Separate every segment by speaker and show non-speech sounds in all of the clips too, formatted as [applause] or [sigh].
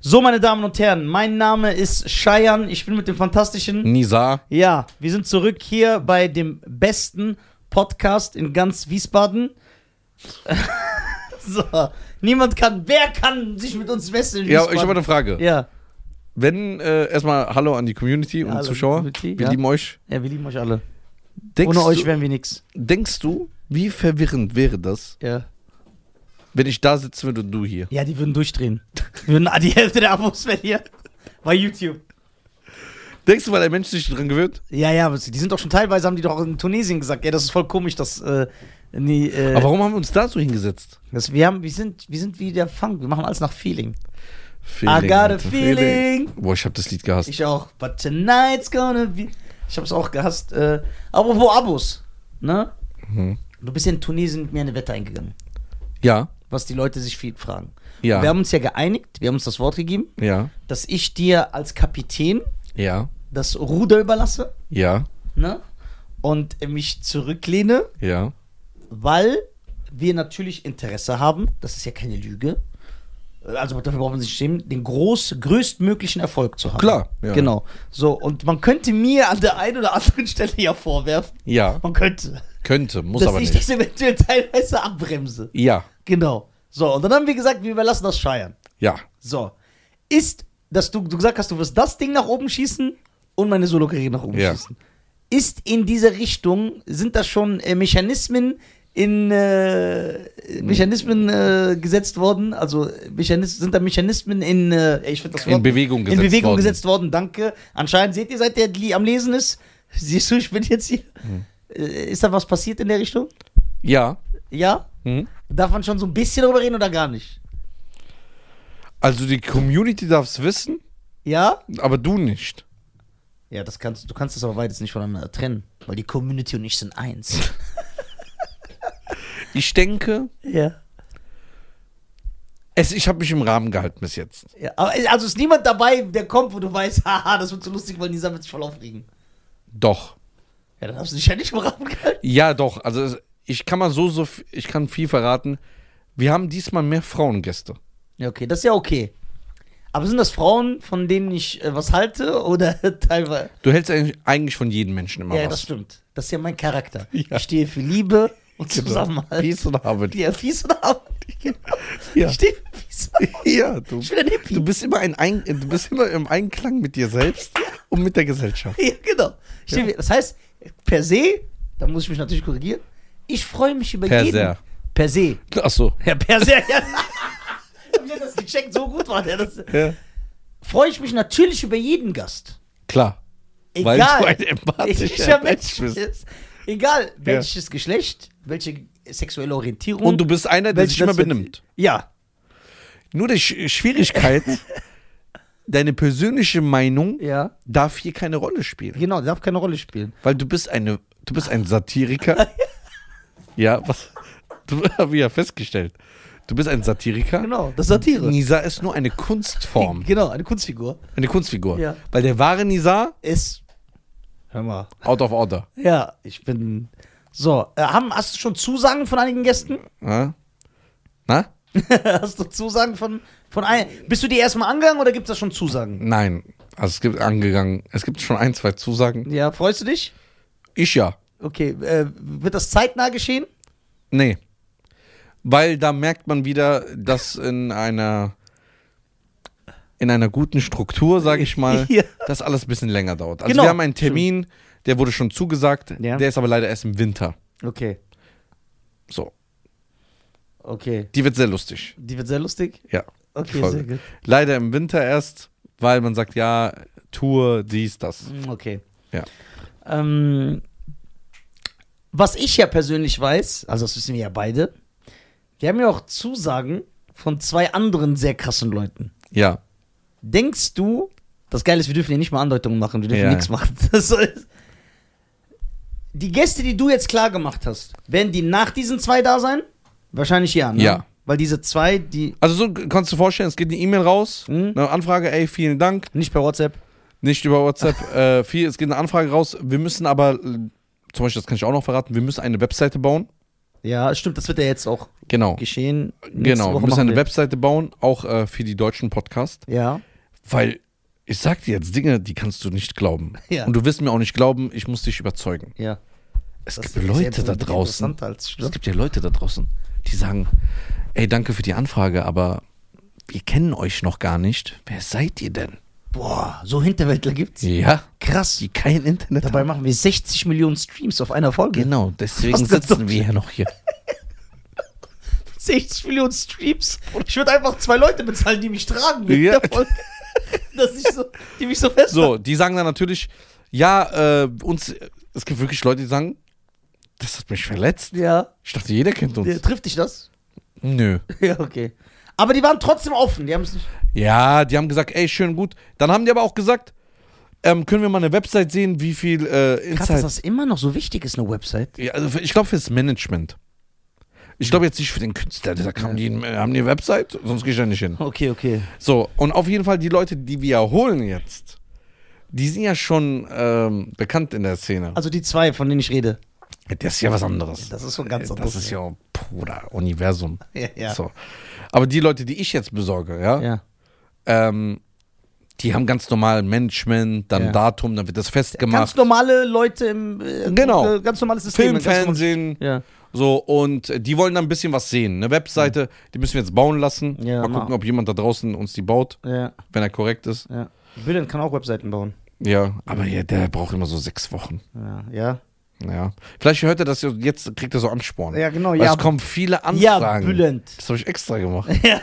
Speaker 1: So, meine Damen und Herren, mein Name ist Scheiern. Ich bin mit dem fantastischen.
Speaker 2: Nisa.
Speaker 1: Ja, wir sind zurück hier bei dem besten Podcast in ganz Wiesbaden. [laughs] so, niemand kann, wer kann sich mit uns messen in
Speaker 2: Ja,
Speaker 1: Wiesbaden?
Speaker 2: ich habe eine Frage.
Speaker 1: Ja,
Speaker 2: Wenn, äh, erstmal Hallo an die Community und
Speaker 1: Hallo,
Speaker 2: Zuschauer.
Speaker 1: Community,
Speaker 2: wir
Speaker 1: ja.
Speaker 2: lieben euch.
Speaker 1: ja, wir lieben euch alle.
Speaker 2: Denkst
Speaker 1: Ohne euch
Speaker 2: du,
Speaker 1: wären wir nix.
Speaker 2: denkst du, wie verwirrend wäre das,
Speaker 1: Ja.
Speaker 2: wenn ich da sitzen würde und du hier?
Speaker 1: ja, die würden durchdrehen. Die würden die Hälfte der Abos verlieren. Bei YouTube.
Speaker 2: Denkst du, weil der Mensch sich dran gewöhnt?
Speaker 1: Ja, ja, aber die sind doch schon teilweise, haben die doch auch in Tunesien gesagt, ja, das ist voll komisch, dass äh, die, äh,
Speaker 2: Aber warum haben wir uns da so hingesetzt?
Speaker 1: das, wir, haben, wir, sind, wir sind wie der Funk, wir machen alles nach Feeling.
Speaker 2: Feeling,
Speaker 1: I got a
Speaker 2: Alter,
Speaker 1: feeling.
Speaker 2: Boah, ich habe das Lied gehasst.
Speaker 1: Ich auch. But tonight's gonna be. Ich hab's auch gehasst. Äh, apropos Abos, ne?
Speaker 2: Mhm.
Speaker 1: Du bist ja in Tunesien mit mir eine Wette eingegangen,
Speaker 2: Ja,
Speaker 1: was die Leute sich viel fragen.
Speaker 2: ja,
Speaker 1: Wir haben uns ja geeinigt, wir haben uns das Wort gegeben,
Speaker 2: ja,
Speaker 1: dass ich dir als Kapitän
Speaker 2: ja,
Speaker 1: das Ruder überlasse,
Speaker 2: ja,
Speaker 1: ne? Und mich zurücklehne,
Speaker 2: ja.
Speaker 1: weil wir natürlich Interesse haben, das ist ja keine Lüge, also dafür braucht man sich nicht schämen, den groß, größtmöglichen Erfolg zu haben.
Speaker 2: Klar, ja.
Speaker 1: Genau. So, und man könnte mir an der einen oder anderen Stelle ja vorwerfen,
Speaker 2: Ja,
Speaker 1: man könnte,
Speaker 2: könnte, muss
Speaker 1: dass
Speaker 2: aber
Speaker 1: ich
Speaker 2: nicht.
Speaker 1: das eventuell teilweise abbremse.
Speaker 2: Ja,
Speaker 1: Genau. So, und dann haben wir gesagt, wir überlassen das Scheiern.
Speaker 2: ja,
Speaker 1: So. Ist, dass du, du gesagt hast, du wirst das Ding nach oben schießen und meine Solo-Karriere nach oben
Speaker 2: Ja.
Speaker 1: schießen. Ist in diese Richtung, sind da schon äh, Mechanismen in
Speaker 2: Hm.
Speaker 1: äh, Mechanismen äh, gesetzt worden? Also äh, Mechanis sind da Mechanismen in, äh, ich find das Wort,
Speaker 2: In Bewegung gesetzt
Speaker 1: in Bewegung
Speaker 2: worden.
Speaker 1: gesetzt worden, danke. Anscheinend seht ihr, seit der Li am Lesen ist. Siehst du, ich bin jetzt hier.
Speaker 2: Hm.
Speaker 1: Äh, Ist da was passiert in der Richtung?
Speaker 2: ja.
Speaker 1: Ja?
Speaker 2: Mhm.
Speaker 1: Darf man schon so ein bisschen drüber reden oder gar nicht?
Speaker 2: Also die Community darf es wissen,
Speaker 1: Ja?
Speaker 2: aber du nicht.
Speaker 1: Ja, das kannst du kannst das aber beides nicht voneinander trennen, weil die Community und ich sind eins.
Speaker 2: Ich denke,
Speaker 1: ja.
Speaker 2: es, ich habe mich im Rahmen gehalten bis jetzt.
Speaker 1: ja. Aber also ist niemand dabei, der kommt, wo du weißt, [laughs] haha, das wird so lustig, weil Nisa wird sich voll aufregen.
Speaker 2: Doch.
Speaker 1: Ja, dann hast du dich ja nicht im Rahmen gehalten.
Speaker 2: Ja, doch. Also es- ich kann mal so, so, f- ich kann viel verraten. Wir haben diesmal mehr Frauengäste.
Speaker 1: Ja, okay, das ist ja okay. Aber sind das Frauen, von denen ich äh, was halte oder [laughs] teilweise?
Speaker 2: Du hältst eigentlich, eigentlich von jedem Menschen immer
Speaker 1: Ja, das
Speaker 2: was.
Speaker 1: stimmt. Das ist ja mein Charakter.
Speaker 2: Ja.
Speaker 1: Ich stehe für Liebe und
Speaker 2: Genau.
Speaker 1: Zusammenhalt.
Speaker 2: Peace und Harmony.
Speaker 1: Ja, Fies und Arbeit. Genau.
Speaker 2: Ja.
Speaker 1: Ich stehe für Fies und Arbeit.
Speaker 2: [laughs] Ja, du,
Speaker 1: Ich bin ein Hippie.
Speaker 2: du bist immer ein, ein du bist immer im Einklang mit dir selbst und mit der Gesellschaft.
Speaker 1: [laughs] Ja, genau. Ich stehe- Das heißt, per se, da muss ich mich natürlich korrigieren, ich freue mich über
Speaker 2: Per
Speaker 1: jeden.
Speaker 2: se.
Speaker 1: Per se.
Speaker 2: Ach so.
Speaker 1: Ja, per se, ja. [laughs] Wie hat das gecheckt? So gut war der. Das,
Speaker 2: Ja.
Speaker 1: freue ich mich natürlich über jeden Gast.
Speaker 2: Klar.
Speaker 1: Egal.
Speaker 2: Weil du ein empathischer
Speaker 1: [laughs] Welcher
Speaker 2: Mensch bist.
Speaker 1: ist. Egal, welches Geschlecht, welche sexuelle Orientierung.
Speaker 2: Und du bist einer, der
Speaker 1: welche
Speaker 2: sich immer
Speaker 1: Nationalität.
Speaker 2: benimmt.
Speaker 1: Ja.
Speaker 2: Nur die Sch
Speaker 1: [laughs]
Speaker 2: Schwierigkeit, deine persönliche Meinung
Speaker 1: Ja.
Speaker 2: darf hier keine Rolle spielen.
Speaker 1: Genau, darf keine Rolle spielen.
Speaker 2: Weil du bist eine, du bist
Speaker 1: [laughs]
Speaker 2: ein Satiriker. ja, was? Du [laughs] haben wir ja festgestellt. Du bist ein Satiriker.
Speaker 1: Genau, das ist Satire.
Speaker 2: Nisa ist nur eine Kunstform,
Speaker 1: Genau, eine Kunstfigur.
Speaker 2: eine Kunstfigur.
Speaker 1: Ja.
Speaker 2: Weil der wahre Nisa,
Speaker 1: Ist. Hör mal.
Speaker 2: out of order.
Speaker 1: Ja, ich bin. So, äh, haben, hast du schon Zusagen von einigen Gästen? [laughs]
Speaker 2: Ja? Na?
Speaker 1: hast du Zusagen von, von ein, Bist du die erstmal angegangen oder gibt es da schon Zusagen?
Speaker 2: Nein. Also es gibt angegangen, es gibt schon ein, zwei Zusagen.
Speaker 1: Ja, freust du dich?
Speaker 2: Ich ja.
Speaker 1: Okay, äh, wird das zeitnah geschehen?
Speaker 2: Nee. Weil da merkt man wieder, dass in einer in einer guten Struktur, sage ich mal,
Speaker 1: [laughs] Ja.
Speaker 2: dass alles ein bisschen länger dauert. Also
Speaker 1: Genau.
Speaker 2: wir haben einen Termin, der wurde schon zugesagt,
Speaker 1: Ja.
Speaker 2: der ist aber leider erst im Winter.
Speaker 1: Okay,
Speaker 2: So,
Speaker 1: okay.
Speaker 2: die wird sehr lustig.
Speaker 1: Die wird sehr lustig.
Speaker 2: Ja.
Speaker 1: Okay,
Speaker 2: die Folge.
Speaker 1: sehr gut.
Speaker 2: Leider im Winter erst, weil man sagt, ja, Tour, dies, das.
Speaker 1: Mm, Okay.
Speaker 2: Ja.
Speaker 1: Ähm, was ich ja persönlich weiß, also das wissen wir ja beide, wir haben ja auch Zusagen von zwei anderen sehr krassen Leuten.
Speaker 2: Ja.
Speaker 1: Denkst du, das Geile ist, wir dürfen hier nicht mal Andeutungen machen, wir dürfen
Speaker 2: Ja.
Speaker 1: nichts machen. [laughs] Das ist, die Gäste, die du jetzt klar gemacht hast, werden die nach diesen zwei da sein? Wahrscheinlich ja, ne?
Speaker 2: Ja.
Speaker 1: Weil diese zwei, die.
Speaker 2: Also so kannst du dir vorstellen, es geht eine E-Mail raus,
Speaker 1: Mhm.
Speaker 2: eine Anfrage, ey, vielen Dank,
Speaker 1: Nicht per WhatsApp.
Speaker 2: Nicht über
Speaker 1: [laughs]
Speaker 2: WhatsApp. äh, viel, es geht eine Anfrage raus. Wir müssen aber, äh, zum Beispiel, das kann ich auch noch verraten, wir müssen eine Webseite bauen.
Speaker 1: Ja, stimmt, das wird ja jetzt auch
Speaker 2: Genau.
Speaker 1: geschehen. Nächste
Speaker 2: Genau.
Speaker 1: Woche
Speaker 2: Wir müssen
Speaker 1: machen
Speaker 2: eine Webseite bauen, auch äh, für die deutschen Podcasts.
Speaker 1: Ja,
Speaker 2: Weil ich sag dir jetzt Dinge, die kannst du nicht glauben.
Speaker 1: [laughs] Ja.
Speaker 2: Und du wirst mir auch nicht glauben, ich muss dich überzeugen.
Speaker 1: ja.
Speaker 2: Es
Speaker 1: Das
Speaker 2: gibt
Speaker 1: ist
Speaker 2: Leute
Speaker 1: jetzt
Speaker 2: da
Speaker 1: ein bisschen
Speaker 2: draußen.
Speaker 1: interessanter Als ne?
Speaker 2: Es gibt ja Leute da draußen, die sagen, ey, danke für die Anfrage, aber wir kennen euch noch gar nicht. Wer seid ihr denn?
Speaker 1: Boah, so Hinterwäldler gibt's.
Speaker 2: Ja,
Speaker 1: Krass.
Speaker 2: die kein Internet
Speaker 1: Dabei
Speaker 2: haben.
Speaker 1: machen wir 60 Millionen Streams auf einer Folge.
Speaker 2: Genau, deswegen
Speaker 1: Was das
Speaker 2: sitzen wir
Speaker 1: [laughs]
Speaker 2: ja noch hier.
Speaker 1: 60 Millionen Streams. Ich würde einfach zwei Leute bezahlen, die mich tragen. mit
Speaker 2: Ja.
Speaker 1: der
Speaker 2: [laughs]
Speaker 1: Folge. Dass ich so, die mich so fest.
Speaker 2: So, die sagen dann natürlich, ja, äh, uns, es gibt wirklich Leute, die sagen, das hat mich verletzt.
Speaker 1: Ja.
Speaker 2: Ich dachte, jeder kennt uns.
Speaker 1: Ja, Trifft dich das?
Speaker 2: Nö.
Speaker 1: [laughs] Ja, okay. Aber die waren trotzdem offen. Die haben es nicht.
Speaker 2: Ja, die haben gesagt, ey, schön gut. Dann haben die aber auch gesagt, ähm, können wir mal eine Website sehen, wie viel äh,
Speaker 1: Krass, dass
Speaker 2: Insight.
Speaker 1: das immer noch so wichtig ist, eine Website.
Speaker 2: Ja, also für- ich glaube fürs Management. Ich glaube jetzt nicht für den Künstler, der sagt, haben die, haben die eine Website? Sonst gehe ich da nicht hin.
Speaker 1: Okay, okay.
Speaker 2: So, und auf jeden Fall die Leute, die wir holen jetzt, die sind ja schon ähm, bekannt in der Szene.
Speaker 1: Also die zwei, von denen ich rede.
Speaker 2: Das ist ja was anderes.
Speaker 1: Das ist so ganz
Speaker 2: Das ist ja, Bruder, Universum.
Speaker 1: [laughs] Ja, ja.
Speaker 2: So. Aber die Leute, die ich jetzt besorge, ja,
Speaker 1: ja.
Speaker 2: Ähm, die haben ganz normal Management, dann
Speaker 1: Ja.
Speaker 2: Datum, dann wird das festgemacht.
Speaker 1: Ganz normale Leute im äh,
Speaker 2: Genau.
Speaker 1: äh, ganz normales System.
Speaker 2: Film,
Speaker 1: ganz normal-
Speaker 2: Fernsehen,
Speaker 1: Ja.
Speaker 2: so und äh, die wollen dann ein bisschen was sehen. Eine Webseite, die müssen wir jetzt bauen lassen.
Speaker 1: Ja,
Speaker 2: mal gucken,
Speaker 1: mal.
Speaker 2: ob jemand da draußen uns die baut,
Speaker 1: Ja,
Speaker 2: wenn er korrekt ist.
Speaker 1: ja. Bülent kann auch Webseiten bauen.
Speaker 2: Ja, aber ja, der braucht immer so sechs Wochen.
Speaker 1: Ja, ja.
Speaker 2: Ja, vielleicht hört er das ja- jetzt, kriegt er so Ansporn.
Speaker 1: Ja, genau,
Speaker 2: Weil
Speaker 1: ja.
Speaker 2: Es kommen viele
Speaker 1: Ja,
Speaker 2: Anfragen.
Speaker 1: Bülent. [laughs]
Speaker 2: Das habe ich extra gemacht.
Speaker 1: Ja,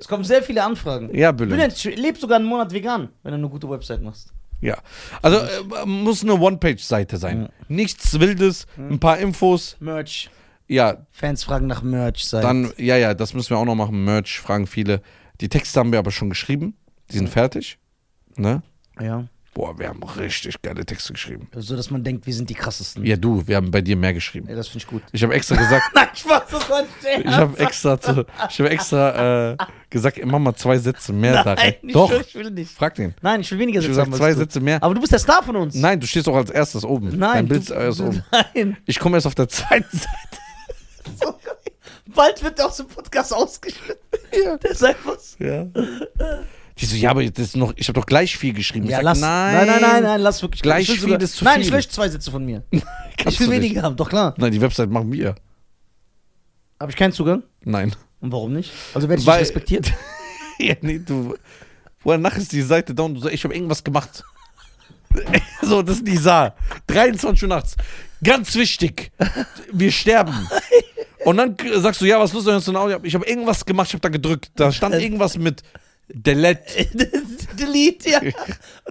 Speaker 1: es kommen sehr viele Anfragen.
Speaker 2: Ja, Bülent.
Speaker 1: Bülent, lebt sogar einen Monat vegan, wenn du eine gute Website machst.
Speaker 2: Ja. Also äh, muss eine One-Page-Seite sein. Nichts Wildes, ein paar Infos.
Speaker 1: Merch.
Speaker 2: Ja,
Speaker 1: Fans fragen nach Merch. Seit.
Speaker 2: Dann, ja, ja, das müssen wir auch noch machen. Merch, fragen viele. Die Texte haben wir aber schon geschrieben. Die sind fertig. Ne?
Speaker 1: Ja.
Speaker 2: Boah, wir haben richtig geile Texte geschrieben.
Speaker 1: So, dass man denkt, wir sind die krassesten.
Speaker 2: Ja, du, wir haben bei dir mehr geschrieben.
Speaker 1: Ey, das finde ich gut.
Speaker 2: Ich habe
Speaker 1: [laughs]
Speaker 2: extra gesagt,
Speaker 1: Nein, Spaß, das war ein Scherz.
Speaker 2: ich habe extra, zu, ich hab extra äh, gesagt, mach mal zwei Sätze mehr da rein.
Speaker 1: Nein, ich,
Speaker 2: Doch,
Speaker 1: Will, ich will nicht.
Speaker 2: frag den.
Speaker 1: Nein, ich will weniger
Speaker 2: Ich hab
Speaker 1: Sätze
Speaker 2: gesagt,
Speaker 1: haben als
Speaker 2: zwei
Speaker 1: du.
Speaker 2: Sätze mehr.
Speaker 1: Aber du bist der Star von uns.
Speaker 2: Nein, du stehst auch als erstes oben. Dein
Speaker 1: Nein,
Speaker 2: Bild ist um.
Speaker 1: du,
Speaker 2: erst oben.
Speaker 1: [laughs] nein.
Speaker 2: Ich komme erst auf der [laughs] zweiten Seite.
Speaker 1: Bald wird er aus dem Podcast ausgeschnitten. Ja. Der ist einfach so.
Speaker 2: Ja. Die so, ja, aber das ist noch, ich habe doch gleich viel geschrieben. Ich
Speaker 1: Ja,
Speaker 2: sag,
Speaker 1: lass.
Speaker 2: nein,
Speaker 1: Nein, nein, nein, nein, lass wirklich.
Speaker 2: Gleich
Speaker 1: Ich will
Speaker 2: viel ist zu
Speaker 1: Nein,
Speaker 2: viel.
Speaker 1: ich möchte zwei Sätze von mir.
Speaker 2: [laughs] Kannst
Speaker 1: ich will
Speaker 2: du nicht.
Speaker 1: weniger haben, doch klar.
Speaker 2: Nein, die Website machen wir.
Speaker 1: Habe ich keinen Zugang?
Speaker 2: Nein. [laughs]
Speaker 1: Und warum nicht? Also werde ich
Speaker 2: Weil-
Speaker 1: nicht
Speaker 2: [laughs]
Speaker 1: respektiert? [laughs]
Speaker 2: Ja, nee, du. Wonach ist die Seite down? Du sagst, ich habe irgendwas gemacht. [laughs] so, das ist Nisa. 23 Uhr nachts. Ganz wichtig. Wir sterben. Und dann k- sagst du, ja, was ist los? Dann hörst du ein Audio. Ich habe irgendwas gemacht, ich habe da gedrückt. Da stand
Speaker 1: Äh.
Speaker 2: irgendwas mit Delete.
Speaker 1: Delete, ja.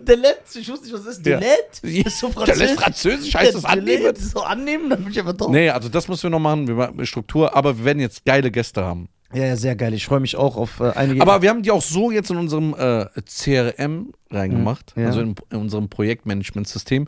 Speaker 1: Delete, ich wusste nicht, was das ist.
Speaker 2: Ja.
Speaker 1: Delete? Ist so
Speaker 2: Delete
Speaker 1: französisch.
Speaker 2: Französisch heißt das annehmen?
Speaker 1: Delete, So annehmen, dann bin ich einfach drauf.
Speaker 2: Nee, also das müssen wir noch machen. Wir machen Struktur, aber wir werden jetzt geile Gäste haben.
Speaker 1: Ja, ja, sehr geil. Ich freue mich auch auf äh, einige.
Speaker 2: Aber wir haben die auch so jetzt in unserem äh, CRM reingemacht,
Speaker 1: Mhm, ja.
Speaker 2: also in, in unserem Projektmanagementsystem,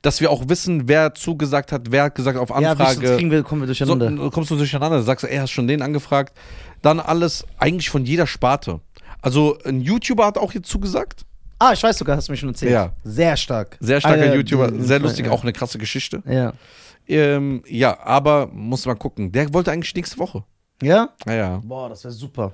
Speaker 2: dass wir auch wissen, wer zugesagt hat, wer hat gesagt auf
Speaker 1: ja, sonst
Speaker 2: Anfrage.
Speaker 1: kriegen wir, kommen wir
Speaker 2: so,
Speaker 1: durcheinander.
Speaker 2: dann kommst du durcheinander, sagst, ey, hast schon den angefragt. Dann alles eigentlich von jeder Sparte. Also ein YouTuber hat auch hier zugesagt.
Speaker 1: ah, ich weiß sogar, hast du mir schon erzählt.
Speaker 2: Ja.
Speaker 1: Sehr stark.
Speaker 2: Sehr starker
Speaker 1: Ah, ja,
Speaker 2: YouTuber,
Speaker 1: die- die-
Speaker 2: sehr lustig,
Speaker 1: ja.
Speaker 2: auch eine krasse Geschichte.
Speaker 1: Ja.
Speaker 2: Ähm, ja, aber muss mal gucken. Der wollte eigentlich nächste Woche.
Speaker 1: Ah, Ja?
Speaker 2: Naja.
Speaker 1: Boah, das wäre super.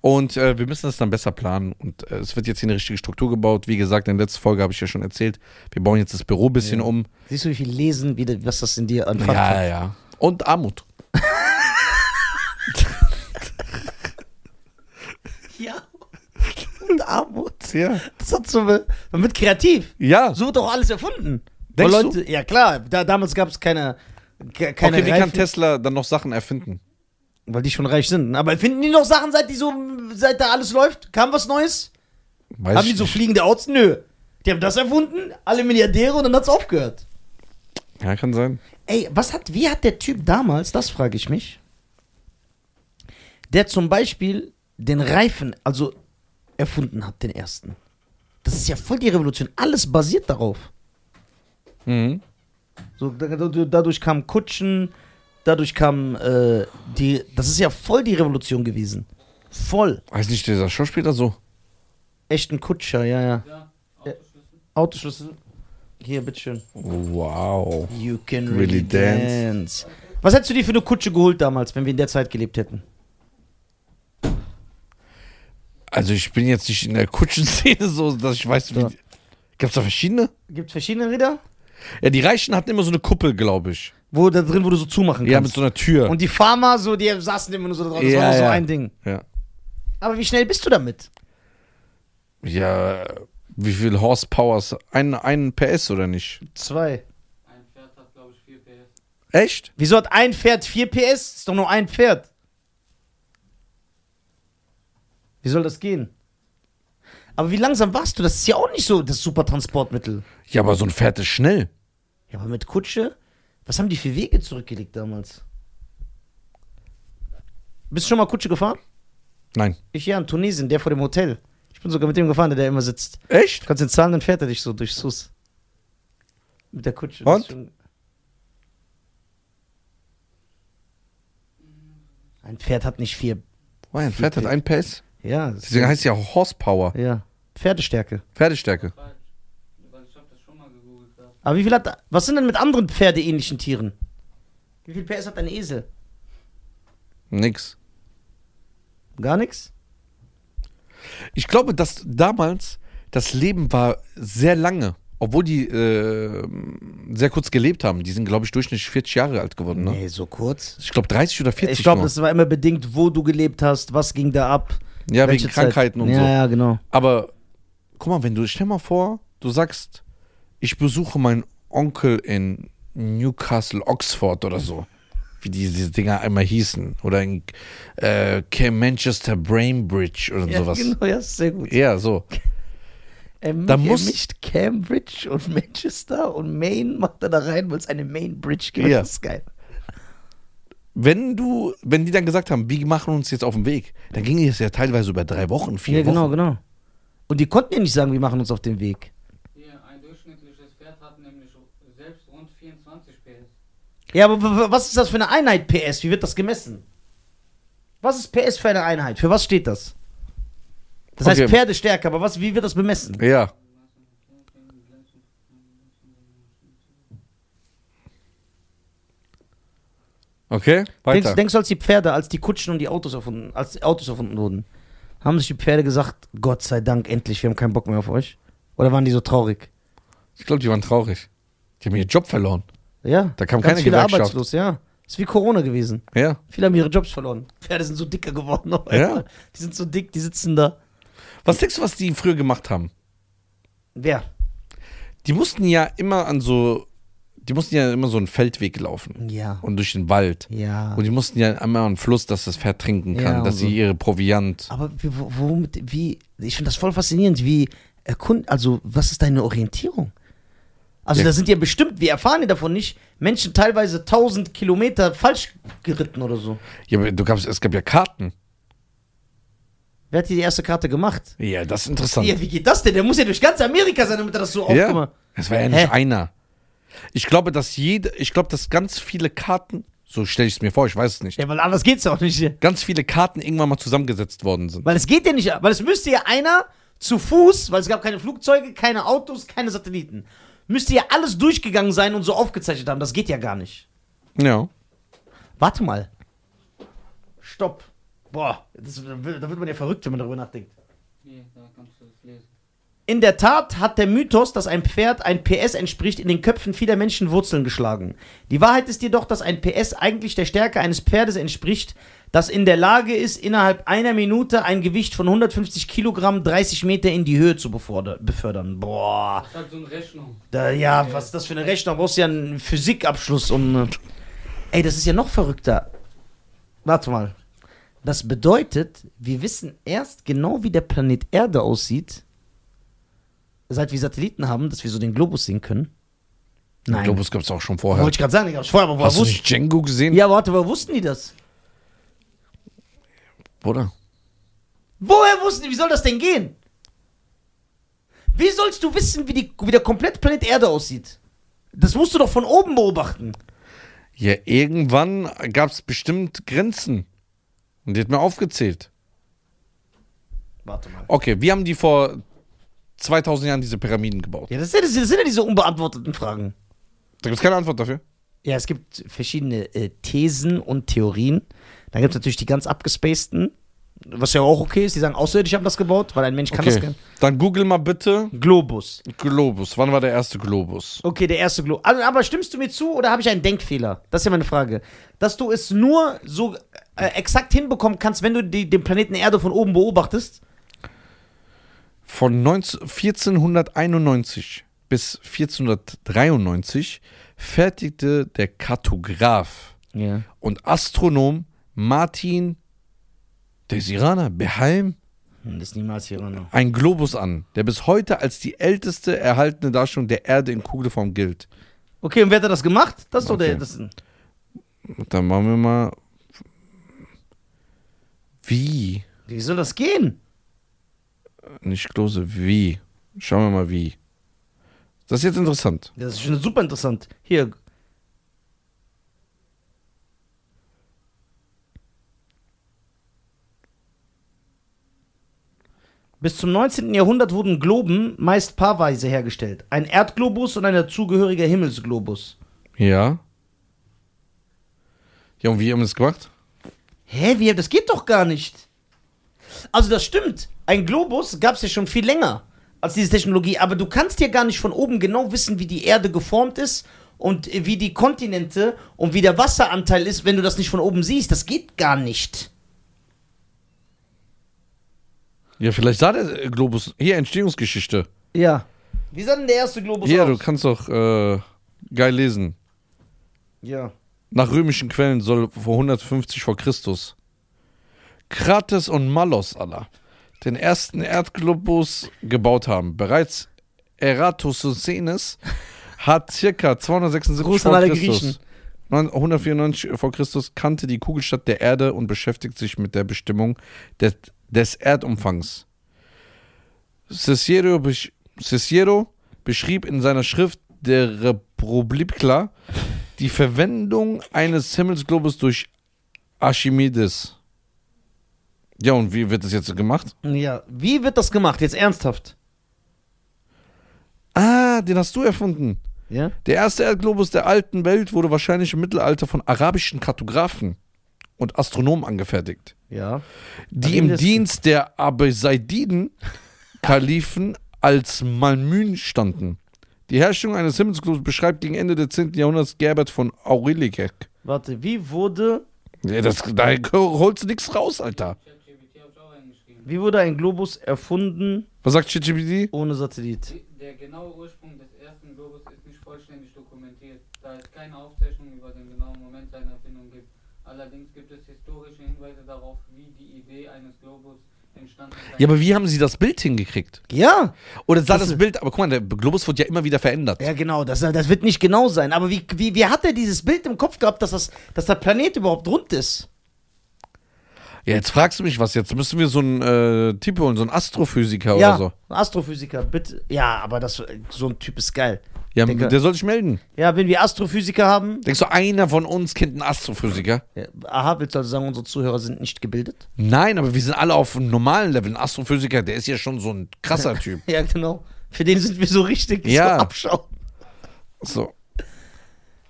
Speaker 2: Und äh, wir müssen das dann besser planen. Und äh, es wird jetzt hier eine richtige Struktur gebaut. Wie gesagt, in der letzten Folge habe ich ja schon erzählt, wir bauen jetzt das Büro ein bisschen um.
Speaker 1: Siehst du, wie viel Lesen, wie, de- was das in dir anfängt?
Speaker 2: Ja, ja. Und Armut.
Speaker 1: ja. Und Armut.
Speaker 2: Ja.
Speaker 1: Das hat so. Man wird kreativ.
Speaker 2: Ja.
Speaker 1: So wird auch alles erfunden.
Speaker 2: Denkst
Speaker 1: Weil Leute, Ja, klar. Da, damals gab es keine. ke- keine
Speaker 2: okay, wie
Speaker 1: Reifen,
Speaker 2: kann Tesla dann noch Sachen erfinden?
Speaker 1: weil die schon reich sind. Aber finden die noch Sachen, seit die so, seit da alles läuft? Kam was Neues?
Speaker 2: Weiß
Speaker 1: haben
Speaker 2: ich
Speaker 1: die so
Speaker 2: nicht.
Speaker 1: fliegende Autos? Nö. Die haben das erfunden, alle Milliardäre und dann hat's aufgehört.
Speaker 2: Ja, kann sein.
Speaker 1: Ey, was hat, wie hat der Typ damals, das frage ich mich, der zum Beispiel den Reifen, also erfunden hat, den ersten. Das ist ja voll die Revolution. Alles basiert darauf.
Speaker 2: Mhm.
Speaker 1: So, da- da- dadurch kamen Kutschen, dadurch kam äh, die. Das ist ja voll die Revolution gewesen. Voll.
Speaker 2: Weiß nicht, dieser Schauspieler so.
Speaker 1: Echten Kutscher, ja, ja. Äh, Autoschlüssel. Hier, bitteschön.
Speaker 2: Wow.
Speaker 1: You can really,
Speaker 2: Really
Speaker 1: dance. Was hättest du dir für eine Kutsche geholt damals, wenn wir in der Zeit gelebt hätten?
Speaker 2: Also ich bin jetzt nicht in der Kutschenszene so, dass ich weiß, wie.
Speaker 1: Ja.
Speaker 2: Gab's da verschiedene?
Speaker 1: Gibt verschiedene Räder,
Speaker 2: Ja, die Reichen hatten immer so eine Kuppel, glaube ich.
Speaker 1: wo da drin, wo du so zumachen
Speaker 2: Ja, mit
Speaker 1: kannst.
Speaker 2: so einer Tür.
Speaker 1: Und die Farmer, so, die saßen immer nur so da drauf. Das
Speaker 2: Ja,
Speaker 1: war nur so
Speaker 2: ja.
Speaker 1: ein Ding.
Speaker 2: ja.
Speaker 1: Aber wie schnell bist du damit?
Speaker 2: ja, wie viel Horsepowers? Ein, ein PS oder nicht?
Speaker 1: Zwei.
Speaker 3: Ein Pferd hat, glaube ich, 4 PS.
Speaker 2: Echt?
Speaker 1: Wieso hat ein Pferd 4 PS? Ist doch nur ein Pferd. Wie soll das gehen? Aber wie langsam warst du? Das ist ja auch nicht so das Supertransportmittel.
Speaker 2: Ja, aber so ein Pferd ist schnell.
Speaker 1: Ja, aber mit Kutsche, was haben die für Wege zurückgelegt damals? Bist du schon mal Kutsche gefahren?
Speaker 2: Nein.
Speaker 1: Ich ja, in Tunesien, der vor dem Hotel. Ich bin sogar mit dem gefahren, der da immer sitzt.
Speaker 2: Echt?
Speaker 1: Du kannst den zahlen, dann fährt er dich so durch Sus. Mit der Kutsche. Das
Speaker 2: Und?
Speaker 1: ist schon- Ein Pferd hat nicht vier.
Speaker 2: Oh, ja, ein Pferd hat ein PS.
Speaker 1: Ja, das
Speaker 2: Deswegen heißt es ja auch Horsepower.
Speaker 1: ja. Pferdestärke.
Speaker 2: Pferdestärke.
Speaker 3: Falsch. Weil ich habe das schon mal gegoogelt gehabt.
Speaker 1: Aber wie viel hat. Was sind denn mit anderen pferdeähnlichen Tieren? Wie viel PS hat ein Esel?
Speaker 2: Nix.
Speaker 1: Gar nichts?
Speaker 2: Ich glaube, dass damals das Leben war sehr lange. Obwohl die äh, sehr kurz gelebt haben. Die sind, glaube ich, durchschnittlich 40 Jahre alt geworden. Ne?
Speaker 1: Nee, so kurz.
Speaker 2: Ich glaube 30 oder 40
Speaker 1: Ich glaube,
Speaker 2: nur.
Speaker 1: das war immer bedingt, wo du gelebt hast, was ging da ab.
Speaker 2: Ja,
Speaker 1: welche
Speaker 2: wegen Krankheiten
Speaker 1: Zeit.
Speaker 2: und
Speaker 1: ja,
Speaker 2: so.
Speaker 1: Ja, genau.
Speaker 2: Aber guck mal, wenn du, stell mal vor, du sagst, ich besuche meinen Onkel in Newcastle, Oxford oder so. Wie diese, diese Dinger einmal hießen. Oder in äh, K- Manchester Brainbridge oder
Speaker 1: Ja,
Speaker 2: sowas.
Speaker 1: genau, ja, sehr gut.
Speaker 2: Ja, so.
Speaker 1: Er,
Speaker 2: Da
Speaker 1: da
Speaker 2: muss-
Speaker 1: muss nicht Cambridge und [laughs] Manchester und Maine macht er da rein, weil es eine Maine Bridge gibt.
Speaker 2: Ja.
Speaker 1: Das ist geil.
Speaker 2: Wenn du, wenn die dann gesagt haben, wir machen uns jetzt auf den Weg, dann ging es ja teilweise über drei Wochen, vier
Speaker 1: Ja, genau,
Speaker 2: Wochen.
Speaker 1: genau. Und die konnten ja nicht sagen, wir machen uns auf den Weg.
Speaker 3: Hier, ein durchschnittliches Pferd hat nämlich selbst rund 24 PS.
Speaker 1: Ja, aber w- w- was ist das für eine Einheit PS? Wie wird das gemessen? Was ist PS für eine Einheit? Für was steht das? Das
Speaker 2: Okay.
Speaker 1: heißt Pferdestärke, aber was, wie wird das bemessen?
Speaker 2: Ja. Okay, weiter.
Speaker 1: Denkst, denkst du, als die Pferde, als die Kutschen und die Autos erfunden, als die Autos erfunden wurden, haben sich die Pferde gesagt, Gott sei Dank, endlich, wir haben keinen Bock mehr auf euch? Oder waren die so traurig?
Speaker 2: Ich glaube, die waren traurig. Die haben ihren Job verloren.
Speaker 1: Ja.
Speaker 2: Da kam
Speaker 1: ganz
Speaker 2: keine
Speaker 1: viele
Speaker 2: Gewerkschaft.
Speaker 1: arbeitslos, ja. Ist wie Corona gewesen.
Speaker 2: Ja.
Speaker 1: Viele haben ihre Jobs verloren. Pferde sind so dicker geworden. auf
Speaker 2: Ja.
Speaker 1: einmal. Die sind so dick, die sitzen da.
Speaker 2: Was denkst du, was die früher gemacht haben?
Speaker 1: Wer?
Speaker 2: Die mussten ja immer an so, die mussten ja immer so einen Feldweg laufen
Speaker 1: Ja.
Speaker 2: und durch den Wald.
Speaker 1: Ja.
Speaker 2: Und die mussten ja einmal einen Fluss, dass das Pferd trinken
Speaker 1: Ja,
Speaker 2: kann,
Speaker 1: und
Speaker 2: dass
Speaker 1: so.
Speaker 2: sie ihre Proviant.
Speaker 1: Aber wie- wo- womit, wie, ich finde das voll faszinierend, wie erkund, also was ist deine Orientierung? Also
Speaker 2: Ja.
Speaker 1: da sind ja bestimmt, wir erfahren ja davon nicht, Menschen teilweise 1000 Kilometer falsch geritten oder so.
Speaker 2: Ja, aber du gab's, es gab ja Karten.
Speaker 1: Wer hat dir die erste Karte gemacht?
Speaker 2: Ja, das ist interessant.
Speaker 1: Ja, wie geht das denn? Der muss ja durch ganz Amerika sein, damit er das so
Speaker 2: Ja,
Speaker 1: aufgemacht
Speaker 2: es war ja nicht
Speaker 1: Hä?
Speaker 2: einer. Ich glaube, dass jede, ich glaube, dass ganz viele Karten, so stelle ich es mir vor, ich weiß es nicht,
Speaker 1: Ja, weil anders geht's auch nicht.
Speaker 2: ganz viele Karten irgendwann mal zusammengesetzt worden sind.
Speaker 1: Weil es geht ja nicht, weil es müsste ja einer zu Fuß, weil es gab keine Flugzeuge, keine Autos, keine Satelliten, müsste ja alles durchgegangen sein und so aufgezeichnet haben. Das geht ja gar nicht.
Speaker 2: Ja.
Speaker 1: Warte mal. Stopp. Boah, das, da wird da wird man ja verrückt, wenn man darüber nachdenkt.
Speaker 3: Hier, da kannst du es lesen.
Speaker 1: In der Tat hat der Mythos, dass ein Pferd ein PS entspricht, in den Köpfen vieler Menschen Wurzeln geschlagen. Die Wahrheit ist jedoch, dass ein PS eigentlich der Stärke eines Pferdes entspricht, das in der Lage ist, innerhalb einer Minute ein Gewicht von 150 Kilogramm 30 Meter in die Höhe zu beforder- befördern. Boah,
Speaker 3: Das hat so eine Rechnung.
Speaker 1: da, ja, was ist das für eine Rechnung? Du brauchst ja einen Physikabschluss, um. äh, Ey, das ist ja noch verrückter. Warte mal. Das bedeutet, wir wissen erst genau, wie der Planet Erde aussieht, seit wir Satelliten haben, dass wir so den Globus sehen können. Nein.
Speaker 2: Globus gab es auch schon vorher.
Speaker 1: Wollte ich gerade sagen, ich hab's vorher, aber woher
Speaker 2: Hast du
Speaker 1: wussten.
Speaker 2: nicht Django gesehen?
Speaker 1: Ja, warte, woher wussten die das?
Speaker 2: Oder?
Speaker 1: Woher wussten die, wie soll das denn gehen? Wie sollst du wissen, wie, die, wie der komplette Planet Erde aussieht? Das musst du doch von oben beobachten.
Speaker 2: Ja, irgendwann gab es bestimmt Grenzen. Und die hat mir aufgezählt.
Speaker 1: Warte mal.
Speaker 2: Okay, wir haben die vor 2000 Jahren diese Pyramiden gebaut.
Speaker 1: Ja, das sind, das sind ja diese unbeantworteten Fragen.
Speaker 2: Da gibt es keine Antwort dafür.
Speaker 1: Ja, es gibt verschiedene äh, Thesen und Theorien. Dann gibt es natürlich die ganz abgespaceden, was ja auch okay ist. Die sagen, Außerirdische haben das gebaut, weil ein Mensch kann das.
Speaker 2: Okay.
Speaker 1: gar-
Speaker 2: Dann google mal bitte
Speaker 1: Globus.
Speaker 2: Globus. Wann war der erste Globus?
Speaker 1: Okay, der erste Globus. Also, aber stimmst du mir zu oder habe ich einen Denkfehler? Das ist ja meine Frage. Dass du es nur so äh, exakt hinbekommen kannst, wenn du die, den Planeten Erde von oben beobachtest.
Speaker 2: Von 19, 1491 bis 1493 fertigte der Kartograf
Speaker 1: Ja.
Speaker 2: und Astronom Martin Desirana Beheim
Speaker 1: Hm, Das ist niemals hier noch.
Speaker 2: einen Globus an, der bis heute als die älteste erhaltene Darstellung der Erde in Kugelform gilt.
Speaker 1: Okay, und wer hat das gemacht? Das ist doch der.
Speaker 2: Okay.
Speaker 1: Das,
Speaker 2: Und dann machen wir mal. Wie?
Speaker 1: wie soll das gehen?
Speaker 2: Nicht Klose, wie? Schauen wir mal, wie. Das ist jetzt interessant.
Speaker 1: Das ist schon super interessant. Hier. Bis zum 19. Jahrhundert wurden Globen meist paarweise hergestellt. Ein Erdglobus und ein dazugehöriger Himmelsglobus.
Speaker 2: Ja. Ja, und wie haben wir das gemacht?
Speaker 1: Hä, wie, das geht doch gar nicht. Also das stimmt. Ein Globus gab es ja schon viel länger als diese Technologie, aber du kannst ja gar nicht von oben genau wissen, wie die Erde geformt ist und äh, wie die Kontinente und wie der Wasseranteil ist, wenn du das nicht von oben siehst. Das geht gar nicht.
Speaker 2: Ja, vielleicht sah der äh, Globus. Hier, Entstehungsgeschichte.
Speaker 1: Ja. Wie sah denn der erste Globus
Speaker 2: Hier, du
Speaker 1: aus?
Speaker 2: kannst doch äh, geil lesen.
Speaker 1: Ja.
Speaker 2: Nach römischen Quellen soll vor 150 vor Christus Krates und Malos Allah den ersten Erdglobus gebaut haben. Bereits Eratosthenes hat circa 276
Speaker 1: Gruß an
Speaker 2: vor
Speaker 1: alle
Speaker 2: Christus.
Speaker 1: Griechen.
Speaker 2: 194 vor Christus kannte die Kugelstadt der Erde und beschäftigt sich mit der Bestimmung des, des Erdumfangs. Cicero, besch Cicero beschrieb in seiner Schrift der Republika die Verwendung eines Himmelsglobus durch Archimedes. Ja, und wie wird das jetzt gemacht?
Speaker 1: Ja. Wie wird das gemacht? Jetzt ernsthaft.
Speaker 2: Ah, den hast du erfunden.
Speaker 1: Ja?
Speaker 2: Der erste Erdglobus der alten Welt wurde wahrscheinlich im Mittelalter von arabischen Kartografen und Astronomen angefertigt,
Speaker 1: Ja.
Speaker 2: die
Speaker 1: Archimedes-
Speaker 2: im Dienst der Abbasididen Kalifen als Malmün standen. Die Herrschung eines Himmelsglobus beschreibt gegen Ende des 10. Jahrhunderts Gerbert von Aurelikek.
Speaker 1: Warte, wie wurde,
Speaker 2: Ja, das, da holst du nichts raus, Alter.
Speaker 3: ChatGPT habe ich auch eingeschrieben.
Speaker 1: wie wurde ein Globus erfunden
Speaker 2: Was sagt ChatGPT?
Speaker 1: ohne Satellit?
Speaker 3: Die- Der genaue Ursprung des ersten Globus ist nicht vollständig dokumentiert, da es keine Aufzeichnung über den genauen Moment seiner Erfindung gibt. Allerdings gibt es historische Hinweise darauf, wie die Idee eines Globus entstanden sein
Speaker 2: Ja, aber wie haben sie das Bild hingekriegt?
Speaker 1: Ja.
Speaker 2: Oder sah
Speaker 1: Das
Speaker 2: das,
Speaker 1: ist-
Speaker 2: Bild, aber guck mal, der Globus wird ja immer wieder verändert.
Speaker 1: Ja, genau, das, das wird nicht genau sein. Aber wie, wie, wie hat er dieses Bild im Kopf gehabt, dass, das, dass der Planet überhaupt rund ist?
Speaker 2: Ja, jetzt fragst du mich was, jetzt müssen wir so einen äh, Typ holen, so einen Astrophysiker
Speaker 1: ja,
Speaker 2: oder so.
Speaker 1: ein Astrophysiker, bitte. Ja, aber das, so ein Typ ist geil.
Speaker 2: Ja,
Speaker 1: Denke-
Speaker 2: der soll sich melden.
Speaker 1: Ja, wenn wir Astrophysiker haben.
Speaker 2: Denkst du, einer von uns kennt einen Astrophysiker?
Speaker 1: Ja, aha, willst du also sagen, unsere Zuhörer sind nicht gebildet?
Speaker 2: Nein, aber wir sind alle auf einem normalen Level. Ein Astrophysiker, der ist ja schon so ein krasser Typ.
Speaker 1: [laughs] Ja, genau. Für den sind wir so richtig
Speaker 2: Ja.
Speaker 1: so abschauen.
Speaker 2: So.